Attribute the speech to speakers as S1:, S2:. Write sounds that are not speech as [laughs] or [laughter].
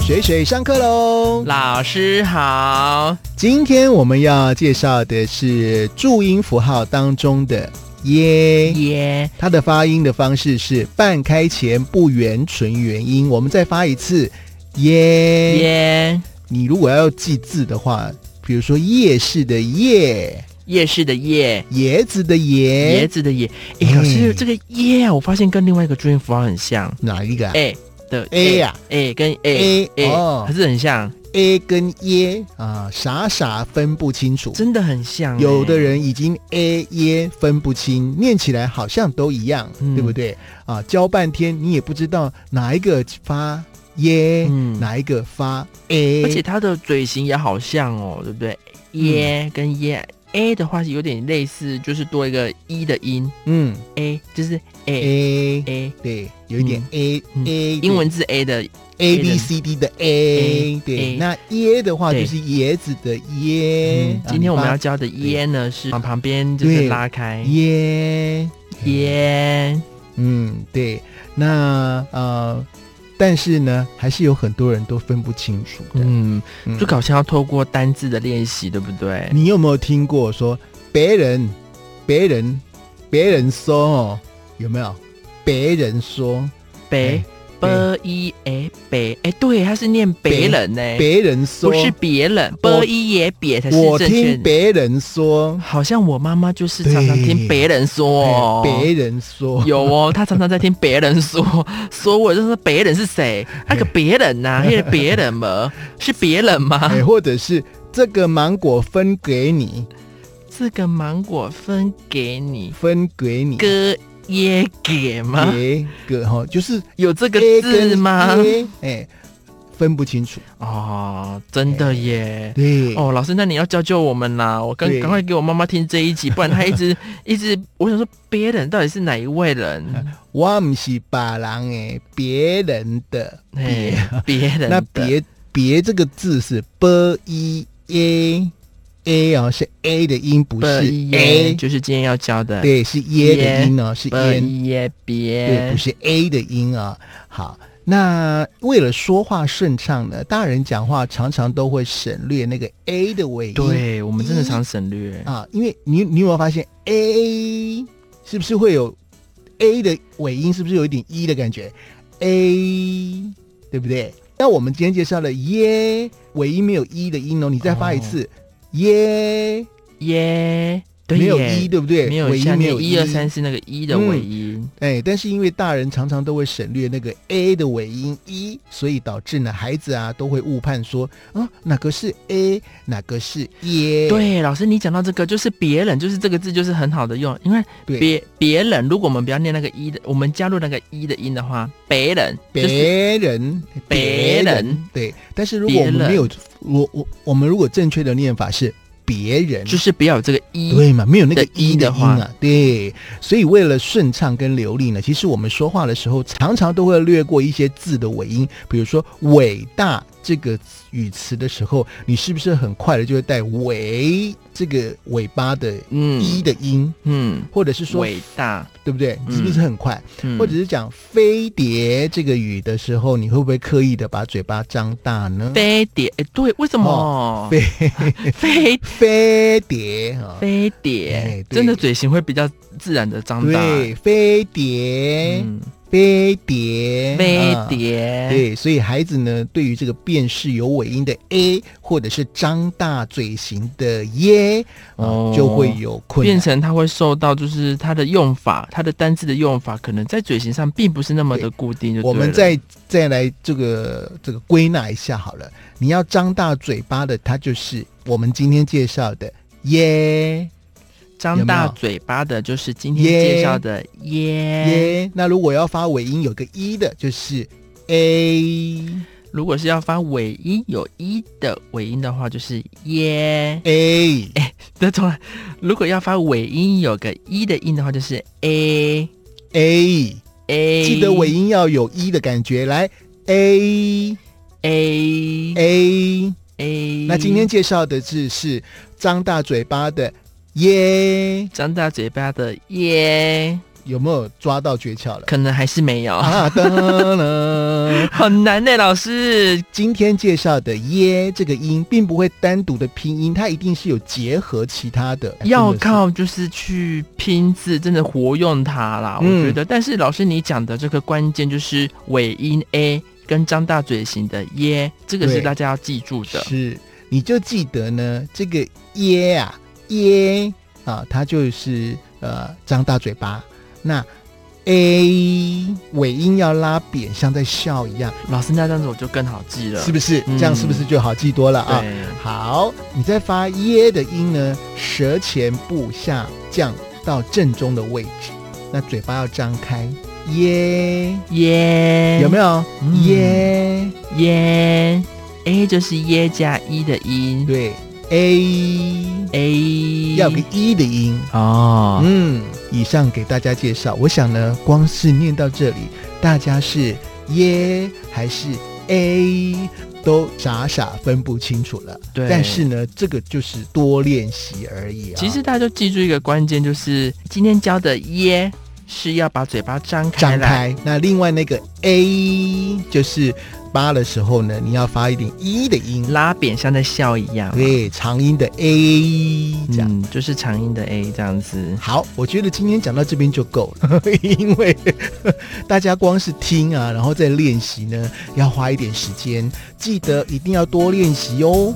S1: 水水上课喽！
S2: 老师好，
S1: 今天我们要介绍的是注音符号当中的“耶”，
S2: 耶，
S1: 它的发音的方式是半开前不圆唇元音。我们再发一次“耶”。
S2: 耶，
S1: 你如果要记字的话，比如说夜市的夜，
S2: 夜市的夜，
S1: 椰子的
S2: 椰
S1: 椰，
S2: 子的椰。哎，老
S1: 哎
S2: 师，这个耶，我发现跟另外一个注音符号很像
S1: 哪一个、啊、
S2: ，a 的
S1: A 呀
S2: ，a 跟 a
S1: ？A
S2: a，
S1: 哦
S2: 还是很像，
S1: ，A 跟耶啊，傻傻分不清楚。
S2: 真的很像。
S1: 有的
S2: 哎，
S1: 人已经 A 耶分不清，念起来好像都一样，
S2: 嗯
S1: 对不对？啊，教半天你也不知道哪一个发耶，
S2: 嗯
S1: 哪一个发哎 A，
S2: 而且它的嘴型也好像哦，对不对？
S1: 嗯
S2: 耶跟耶，a 的话是有点类似，就是多一个一的音
S1: 嗯
S2: ，a 就是 a
S1: A
S2: a，
S1: 对，有一点 A、
S2: 哎嗯
S1: A
S2: 英文字 a 的
S1: A
S2: A
S1: B
S2: 的
S1: C D 的
S2: A，
S1: A，对，
S2: A
S1: 那椰的话就
S2: 对
S1: 是椰子的椰
S2: 哎嗯。今天我们要
S1: 啊
S2: 教的耶呢，是往旁边就是拉开
S1: 你发椰，
S2: 耶。
S1: 嗯，对。那呃，但是呢，还是有很多人都分不清楚的。
S2: 嗯，
S1: 嗯
S2: 就好像要透过单字的练习，对不对？
S1: 你有没有听过说别人、别人、别人说哦？有没有？别人说，哎
S2: 北
S1: 对
S2: 哎 b i a 北，哎，对，他是念别人呢，
S1: 别人说，
S2: 哎不是别人
S1: 我
S2: b i 也别才是
S1: 我
S2: 正确
S1: 听
S2: 的。
S1: 别人说，
S2: 好像我妈妈就是常常听
S1: 对
S2: 别人说哦，
S1: 哎别人说，
S2: 有哦，她常常在听别人说，说我就说别人是谁？那个别人呐、那个别人嘛，是别人吗？
S1: 哎，或者是这个芒果分给你，
S2: 这个芒果分给你，
S1: 分给你
S2: 哥也给吗？
S1: 给个哈，就是
S2: 有这个
S1: A
S2: 字
S1: 跟
S2: 吗？
S1: 耶哎，分不清楚。
S2: 哦，真的耶！
S1: 对，
S2: 哦，老师，那你要教教我们啦！我刚
S1: 对
S2: 赶快给我妈妈听这一集，不然她一直
S1: [laughs]
S2: 一直，我想说别人到底是哪一位人？
S1: [laughs] 我唔是把人诶，别人的
S2: 嘿
S1: 别，
S2: 别人的
S1: 那别别这个字是 b e a a 哦，是 a 的音，不
S2: 不
S1: 是
S2: 耶，
S1: a，
S2: E 就是今 E 天要教的
S1: 对，是耶的音哦，是
S2: 不
S1: 耶，
S2: 耶
S1: 对，
S2: 别
S1: 不，是 a 的音啊。好，那为了说话顺畅呢，大人讲话常常都会省略那个 a 的尾音。
S2: 对我们真的常省略。
S1: 啊，因为你你有没有发现 a 是不是会有 a 的尾音，是不是有一点一的感觉？a 对不对？那我们今天介绍的耶尾音没有一的音哦，你再发一次、耶，
S2: 耶，对
S1: 没有
S2: 耶
S1: 一，对不对？
S2: 没有
S1: 尾
S2: 下
S1: 音没
S2: 面
S1: 有
S2: 一二三四那个一的
S1: 嗯
S2: 尾音。
S1: 哎，但是因为大人常常都会省略那个 a 的尾音一，所以导致呢孩子啊都会误判说啊哪个是 a，哪个是耶？
S2: 对，老师，你讲到这个，就是别人，就是这个字，就是很好的用，因为
S1: 对
S2: 别别人，如果我们不要念那个一的，我们加入那个一的音的话，别人就是
S1: 别人，
S2: 别人
S1: 对。但是如果
S2: 别
S1: 我们
S2: 人
S1: 没有，我我我们如果正确的念法是别人，
S2: 就是不要有这个一，
S1: 对嘛，没有那个
S2: 的一
S1: 一的
S2: 的
S1: 音
S2: 话
S1: 啊，对。所以为了顺畅跟流利呢，其实我们说话的时候常常都会略过一些字的尾音，比如说“伟大”这个语词的时候，你是不是很快的就会带“尾”这个尾巴的“一”
S2: 嗯
S1: 的音，
S2: 嗯，
S1: 或者是说
S2: 伟大，
S1: 对不对？你是不是
S2: 嗯
S1: 很快？
S2: 嗯，
S1: 或者是讲飞碟这个语的时候，你会不会刻意的把嘴巴张大呢？
S2: 飞碟，诶对，为什
S1: 哦
S2: 么
S1: 飞
S2: [laughs] 飞
S1: 飞碟啊，
S2: 飞
S1: 哎
S2: 碟
S1: 对
S2: 真的嘴型会比较自然的张大，
S1: 对，飞碟，
S2: 嗯，
S1: 飞碟，
S2: 飞
S1: 啊。
S2: 碟，
S1: 对，所以孩子呢，对于这个辨识有尾音的 a，或者是张大嘴型的耶，啊
S2: 哦
S1: 就会有困
S2: 变
S1: 难。
S2: 成它会受到，就是它的用法，它的单字的用法，可能在嘴型上并不是那么的固定就对
S1: 我们
S2: 了
S1: 再再来这个这个归纳一下好了，你要张大嘴巴的，它就是我们今天介绍的耶。
S2: 张大嘴巴的，就是今天介绍的耶。
S1: 耶。那如果要发尾音有个一的，就是 a
S2: 如果是要发尾音有一的尾音的话，就是耶。
S1: a
S2: [laughs] 那重来，如果要发尾音有个一的音的话，就是 a
S1: a，
S2: a。
S1: 记得尾音要有一的感觉。来 a
S2: a
S1: a。
S2: a。
S1: 那今天介绍的字是张大嘴巴的耶，
S2: 张大嘴巴的耶，
S1: 有没有抓到诀窍了？啊
S2: 可能还是没有。
S1: 啊，噔噔呢？
S2: [laughs] 很难呢、老师。
S1: 今天介绍的耶这个音，并不会单独的拼音，它一定是有结合其他的。哎
S2: 要
S1: 真的是
S2: 靠就是去拼字，真的活用它啦，
S1: 嗯
S2: 我觉得。但是老师你讲的这个关键就是尾音 a 跟张大嘴型的耶，这个
S1: 对
S2: 是大家要记住的。
S1: 是，你就记得呢，这个耶啊耶啊，它就是呃张大嘴巴。那 a 尾音要拉扁，像在笑一样，
S2: 老师那这样子我就更好记了，
S1: 是不是？
S2: 嗯
S1: 这样是不是就好记多了啊？
S2: 对，
S1: 好，你在发耶的音呢，舌前部下降到正中的位置，那嘴巴要张开，耶，
S2: 耶
S1: 有没有？
S2: 嗯
S1: 耶，
S2: 有耶？a 就是耶加一的音
S1: 对，a
S2: ，a
S1: 要有个一的音。
S2: 哦，
S1: 嗯，以上给大家介绍。我想呢，光是念到这里，大家是耶还是 A 都傻傻分不清楚了。
S2: 对
S1: 但是呢，这个就是多练习而已啊。
S2: 其实大家就记住一个关键，就是今天教的耶是要把嘴巴张开
S1: 张
S2: 来。
S1: 开，那另外那个 A 就是八的时候呢，你要发一点一的音，
S2: 拉扁像在笑一样，
S1: 对，长音的 A 这样。
S2: 嗯，就是长音的 A 这样子。
S1: 好，我觉得今天讲到这边就够了， [laughs] 因为大家光是听啊，然后再练习呢，要花一点时间，记得一定要多练习哦。